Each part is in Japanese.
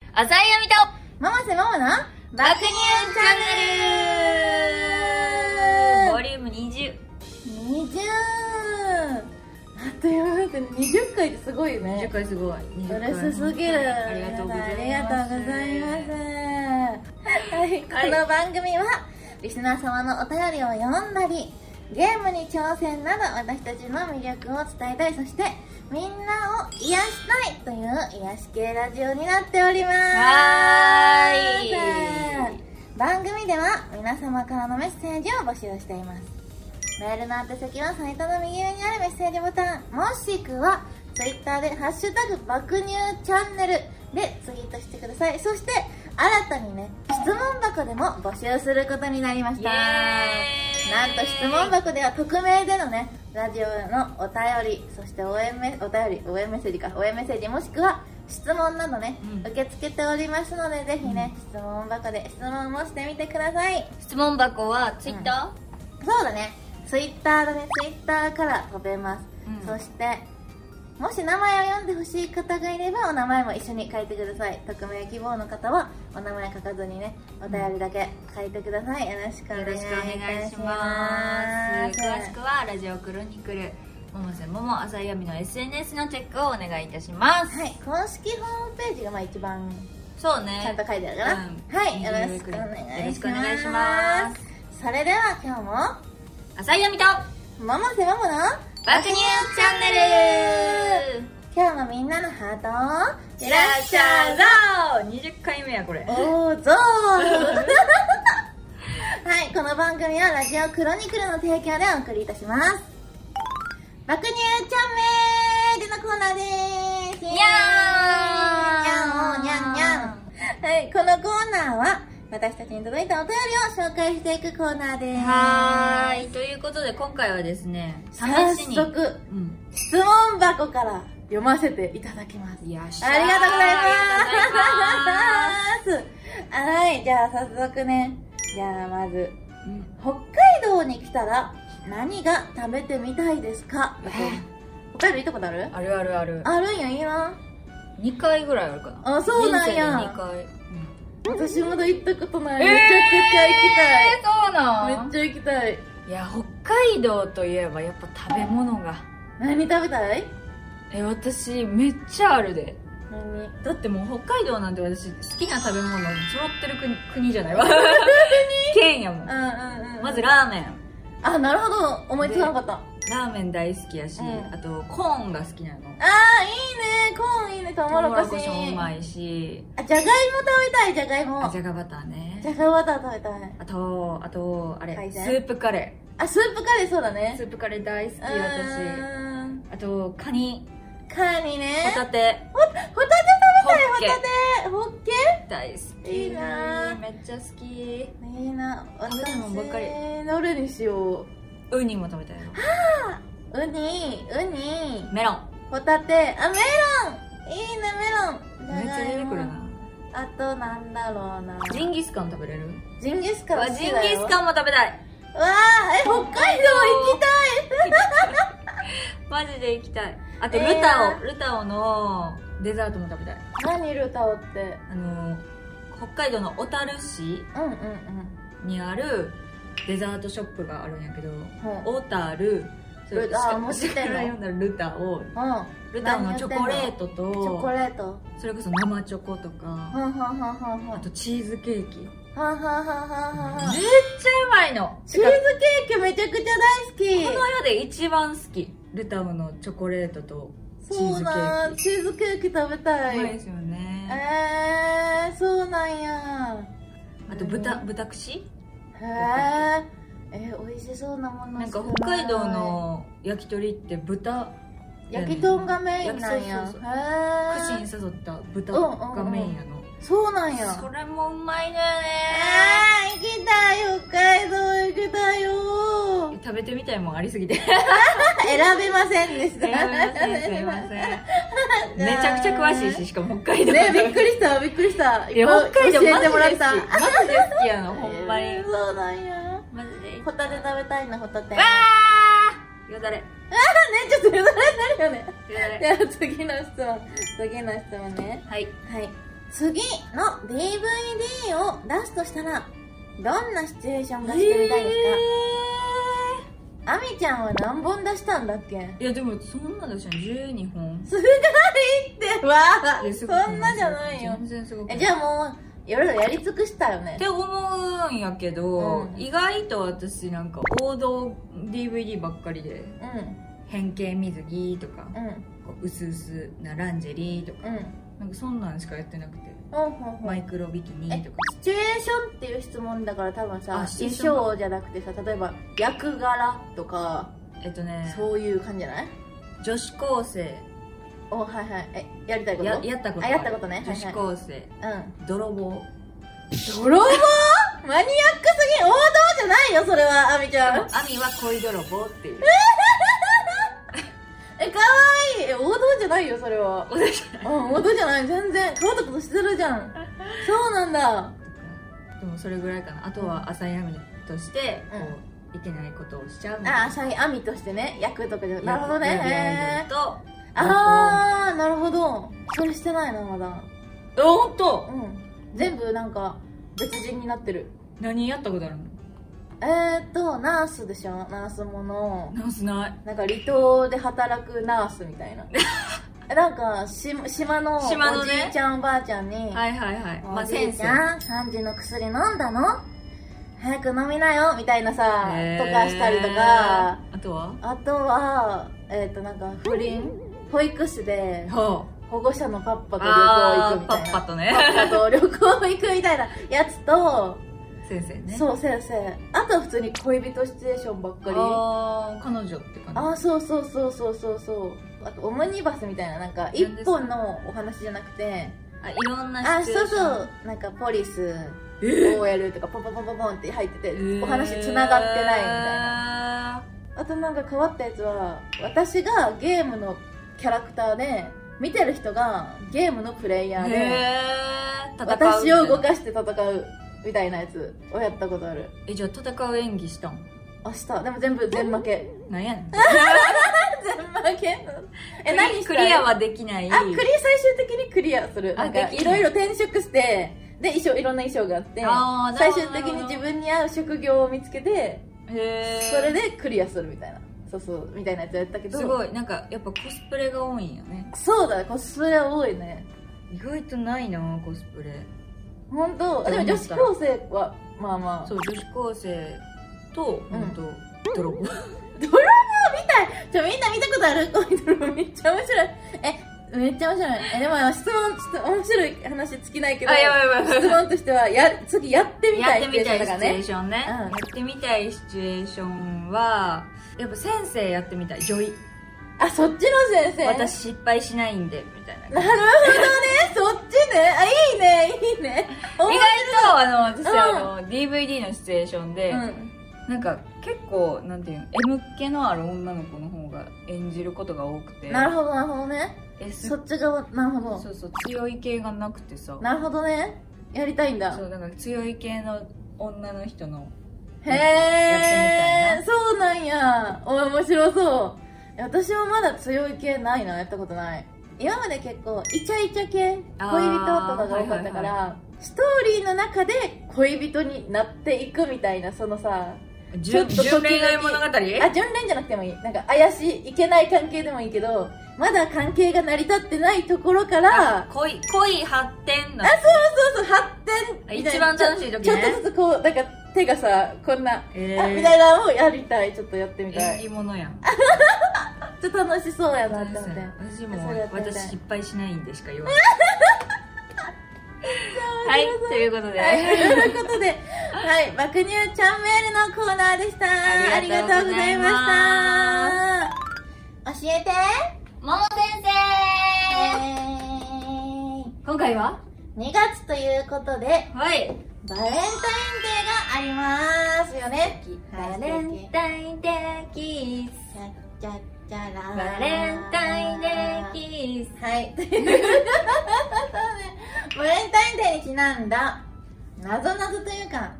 浅井亜美とママセママな爆乳チャンネルボリューム20 20! あっという間だって20回ってすごいよね。回すごいそれすぎる。ありがとうございます皆さんありがとうございます。はい、この番組は、リスナー様のお便りを読んだり、ゲームに挑戦など私たちの魅力を伝えたり、そして、みんなを癒やしたいという癒し系ラジオになっております。はーい番組では皆様からのメッセージを募集していますメールの宛先はサイトの右上にあるメッセージボタンもしくは Twitter で「ハッシュタグ爆乳チャンネル」でツイートしてくださいそして新たにね質問箱でも募集することになりましたイエーイなんと質問箱では匿名でのねラジオのお便りそして応援メお便り応援メッセージか応援メッセージもしくは質問などね、うん受け付けておりますのでぜひね、質問箱で質問もしてみてください質問箱はツイッタそうだねツイッターだねツイッターから飛べます、うんそしてもし名前を読んでほしい方がいればお名前も一緒に書いてください匿名希望の方はお名前書かずにねお便りだけ書いてくださいよろしくおー、よ願ろいいたししくお願まいすします詳しくはラジオクロニクル百瀬もも浅井亜美の SNS のチェックをお願いいたします、はい、公式ホームページがまあ一番そうちゃんねと書いてあるから、うんはい、よろしくお願いしますよろしくお願いしまそれでは今日も浅井亜美とママせママの爆乳チャンネル今日もみんなのハートをいらっしゃいぞ20回目やこれお ーぞーはい、この番組はラジオクロニクルの提供でお送りいたします。爆乳チャンネルのコーナーでーす。ににゃゃんーにゃんにゃん。はい、このコーナーは私たちに届いたお便りを紹介していくコーナーです。はーいということで今回はですね早試しに、速、うん、質問箱から読ませていただきます。よっしゃーありがとうございあます。はい、じゃあ早速ね。じゃあまず、りがとうございます北海道に来たら何が食べてみたいですかえー北海道行ったことあるうんあるあるあるあるんや、今。 2回ぐらいあるかなあ、そうなん人や。生で私まだ行ったことな2回い。めちゃえーそうくちゃな行きたい。めっんちゃ行きたい。いや北海道といえばやっぱ食べ物が何食べたいえ私めっちゃあるで何だってもう北海道なんて私好きな食べ物揃ってる国国じゃない わ県やもんうんうんうん。まず、ラーメンあ、なるほど。思いつかなかった。あラーメン大好きやし、うんあとコーンが好きなのー、いいね。コーンいいね。トウモロコシ。トウモもうまあ、いしじゃがいも食べたい、じゃがいもあ。じゃがバターねじゃがいもバター食べたい。あとあとあれ海ス鮮ープカレあ、スープカレーそうだーねス。ープカレー大好きう私ーん。あとカニカニねホ。タテホタテ食べたいホタテホッケ大好きいいなぁめっちゃ好きいいな食べたいもんばっかり私どれにしよウニも食べたいのうウニウニメロンホタテあメロンいいねメロめンっちゃ出てくるじなゃがいもあとなんだろうなジンギスカン食べれるジンギスカンわ好ジきンだギよスカンも食べたいわあえ北海道行きたい マジで行きたいあとえルータオ、ルタオのデザートも食べたい何ルタオってあの北海道の小樽市うんうんうんにあるデザートショップがあるんやけどほ小う樽それルタオ下もう知って下んのから読んだらルタオうんルタオのチョコレートとチョコレートそれこそ生チョコとほかんほんほんほんほんあとチーズケーキめっはんはんはんはんはんはんちゃうまいのチーズケーキめちゃくちゃ大好きこの世で一番好きルタオのチョコレートとチーそうズケなーんキチーズケーキ食べたうまいいですよねえー、そうなんやあと豚豚串へえー、え美味しそうなものなんか少い北海道の焼き鳥って豚焼き豚がメインなんやそうそうそう串にへえー、誘った豚がメインやのそうなんやそれもうまいのよねあー行きたい北海道行きたいよ食べてみたいもんありす ぎてす選べませんでしたいませんすいませんめちゃくちゃ詳しいししかも北海道ねびっくりしたびっくりしたいや北海道教えマジてもらっで好きたマジで好きやのほんまにえーそうなんやマジでホタテ食べたいなホタテわあよだれよねちょっとよだれになるよねだれじゃあ次の質問次の質問ねはいはい次の DVD を出すとしたらどんなシチュエーションがしてみたいですか、あみちゃんは何本出したんだっけえーいやでもそんなでしょ12本すごいってわあえすごそんなじゃないよ全然すごくえじゃあもういろいろやり尽くしたよねって思うんやけど、うん意外と私なんか王道 DVD ばっかりでう変形水着とかんうんこう薄々なランジェリーとかうんなんかそんなんしかやってなくてほうほうほうマイクロビキニえとかシチュエーションっていう質問だから多分さあシチュエ衣ーション装じゃなくてさ例えば役柄とかえっとねそういう感じじゃない女子高生おはいはいえやりたいことややったことあやったことねはいはい女子高生うん泥棒泥棒マニアックすぎ王道じゃないよそれはあみちゃん亜美は恋泥棒っていうえかわいいえ王道じゃないよそれ はうん王道じゃない全然顔とことしてるじゃ んそうなんだでもそれぐらいかなあとは浅い闇としてうんこういけないことをしちゃうみたいなあシャイアミとしてね役とかじゃなるほどやり合ねいのとああなるほどそれしてないなまだえ本当うん全部なんか別人になってる何やったことあるのえー、っとナースでしょナースものなんすないなんか離島で働くナースみ たいなえなんかし島のおじ島のねいちゃんおばあちゃんにはいはいはいまおあじセンいスちゃん3時の薬飲んだの早く飲みなよみたいなさへーとかしたりとかあとはあとはえー、っとなんか不倫保育士では保護者のパッパと旅行行あくみパたいッなパとねパッパと旅行行くみたいなやつと先生ねそう先生あとは普通に恋人シチュエーションばっかりああー彼女って感じあーそうそうそうそうそうそうあとオムニバスみたいななんか一何ですか本のお話じゃなくてあいろんなあシチュエーそうシそョンうなんかポリスえ OL とかポンポンポンポンポンって入っててお話つながってないみたいななあとなんか変わったやつは私がゲームのキャラクターで見てる人がゲームのプレイヤーへでえ戦うみたいな私を動かして戦うみたいなやつをやったことあるえじゃあ戦う演技したん明日でも全部全負けなんやねん全 負けえ何したクいリアはできないあクリ最終的にクリアするあなんかできいんのろいろ転職してで衣装いろんな衣装があってあーな最るほ終ど的に自分に合う職業を見つけてへえそれでクリアするみたいなそうそうみたいなやつやったけどすごいなんかやっぱコスプレが多いんよねそうだコスプレ多いね意外とないなコスプレ本当あでも女子高生はまあまあそう女子高生とうん本当、泥棒ちょみんな見たことある こういうのめっちゃ面白いえめっちゃ面白いえでも質問ちょっと面白い話尽きないけどあやばいやばいやばい質問としてはや次やってみたやいってみたいシチとかュエーねションね、うんやってみたいシチュエーションはやっぱ先生やってみたい女医あそっちの先生私失敗しないんでみ たいななるほ どねそっちねあいいねいいねお意外とあの私、うんあの DVD のシチュエーションで、うんなんか結構なんていうの M 気のある女の子の方が演じることが多くてなるほどなるほどねえすそっち側なるほそうそう強い系がなくてさどなるほどねやりたいんだそうなんか強い系の女の人のへやってえそうなんやお面白そういや私はまだ強い系ないなやったことない今まで結構イチャイチャ系恋人とあーかが多かったかはいはいらストーリーの中で恋人になっていくみたいなそのさちょっ純と時々恋愛物語あ純恋じゃなくてもいいなんか怪しいいけない関係でもいいけどまだ関係が成り立ってないところから恋恋発展なそうそう発展みたいな一番楽しい時ねちょちょっとずつこうなんか手がさこんな、えあみたいなのをやりたいちょっとやってみたい演技ものやんちょっと楽しそうやなって思って。私もそれやってみたい私失敗しないんでしか言わ ないはいということではい、 ということで、はい、爆乳ちゃんメールのコーナーでした。あありりががととううごござざいいまました。教えてもも先生今回は2月ということで、はいバレンタインデーがありますよね。バレンタインデーキスちゃっちゃっちゃらバレンタインデーキスはい。ということでバレンタインデーにちなんだ、なぞなぞというか、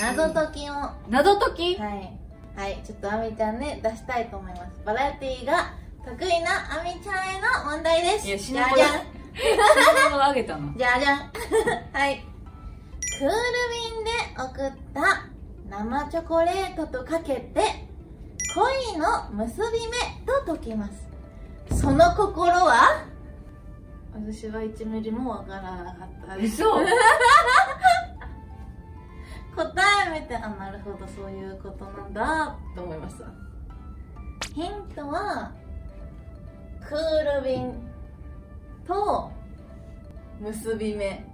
謎解きを、は謎解きい。はい、ちょっとあみちゃんね、出したいと思います。バラエティが得意なあみちゃんへの問題です。いやしじゃないじゃん。そのまま上げたのじゃじゃん はいクール便で送った生チョコレートとかけて恋の結び目と解きますその心は私は1ミリもわからなかったです 嘘答え見てあなるほどそういうことなんだと思いましたヒントはクール便と結び目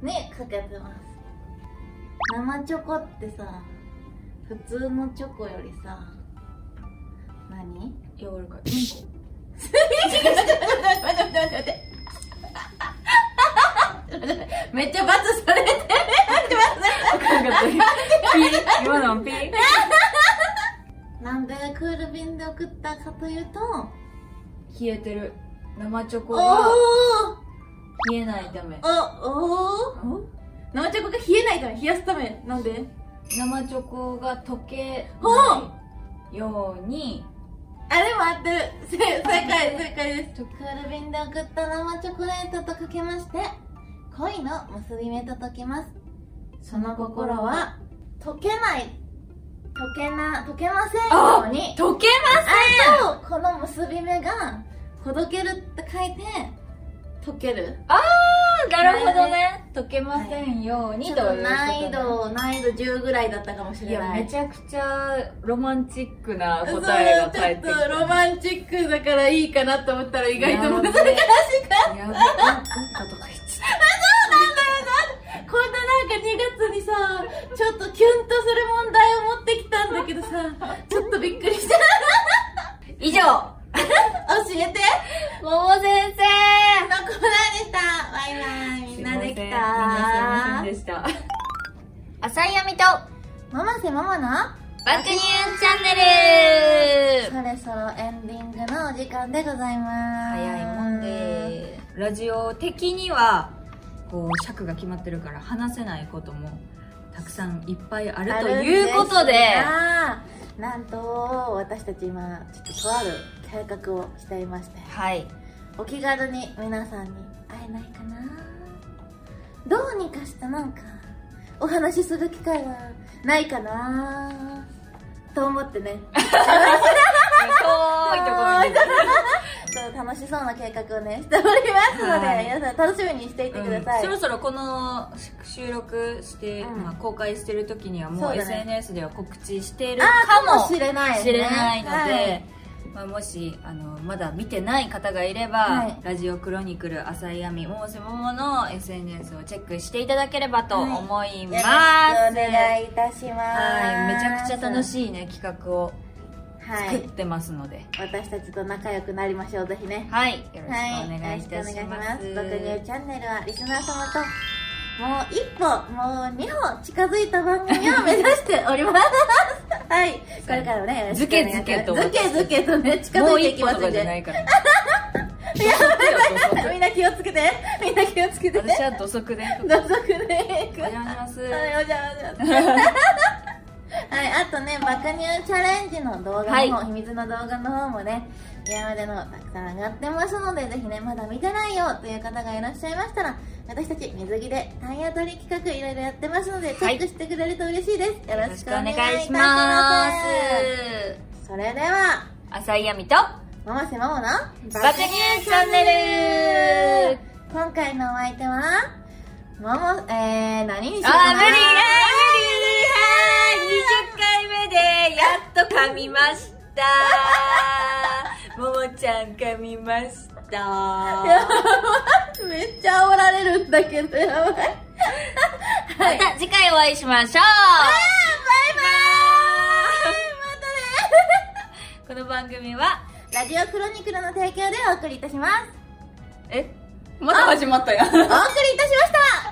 にかけてます生チョコってさ普通のチョコよりさ何 柔らかいうんこ待って待って待って めっちゃ罰されてるピ今のピなんでクール便で送ったかというと冷えてる生チョコおが冷えないためおお生チョコが冷えないため冷やすためなんで生チョコが溶けほうないようにあれも合ってるせ正解正解ですクール便で送った生チョコレートとかけまして恋の結び目と解きますその心は溶けない溶けな溶けませんように溶けあとこの結び目がほどけるって書いて溶けるまなるほどね溶けませんようにちょっとということ難易ね度難易度10ぐらいだったかもしいれやないめちゃくちゃロマンチックな答えが返ってきたマンチックだからいいかなと思ったら意難しかったやばいうんことか言っちゃっこんななんか2月にさちょっとキュンとする問題を持ってきたんだけどさちょっとびっくりしたた以上教えて桃先生のコーナーでしたバイバイみんなできすたいませんみんなすいませんでした浅井亜美とママせママな爆乳チャンネそろそろエンディングのお時間でございます早いもんでラジオ的にはこう尺が決まってるから話せないこともたくさんいっぱいあるということであるんですがなんと私たち今ちょっととある計画をしていましてはいお気軽に皆さんに会えないかなどうにかしてなんかお話しする機会はないかなと思ってね遠いところにそう楽しそうな計画をねしておりますので、はい皆さん楽しみにしていてください、うんそろそろこの収録して、うんまあ、公開してる時にはもそううだね SNS では告知してるあーかかももしれない、ね、知れないので、はいまあ、もしあのまだ見てない方がいれば、はいラジオクロニクル浅井亜美百瀬桃の SNS をチェックしていただければと思いよまろしす、くお願いいたしますはいめちゃくちゃ楽い、しいね企画をは作いっ、てますので私たちと仲良くなりましょうぜひねはい、よろしくおはい、願いいたします,、よろしくお願いします。爆乳チャンネルはリスナー様と、もう一歩、もう二歩近づいた番組を目指しております。はい、 これからもね、よろしくお願いしますずけずけとずけずけとね、近もづういてい一き歩まとすかんじゃなで。い から みんな気をつけて、みんな気をつけて。 私は土足で行く覗くね。お邪魔します、はい、おじゃおじゃ。はい、あとね、爆乳チャレンジの動画の方、はい秘密の動画の方もね、今までのたくさん上がってますので、ぜひね、まだ見てないよという方がいらっしゃいましたら、私たち水着で体当たり企画いろいろやってますので、チェはいックしてくれると嬉しいです。よよろろししくくおお願願いいたいししまますす。それでは、浅井亜美とママせママの爆乳チャンネル今回のお相手は、ママ、えー、何にしよあうかー無な理無理はい20回目でやっと噛みましたももちゃん噛みましたやまばい めっちゃ煽られるんだけどやばいはいた次回お会いしましょうこの番組はラジオクロニクルの提供でお送りいたしますえまた始まったよお送りいたしました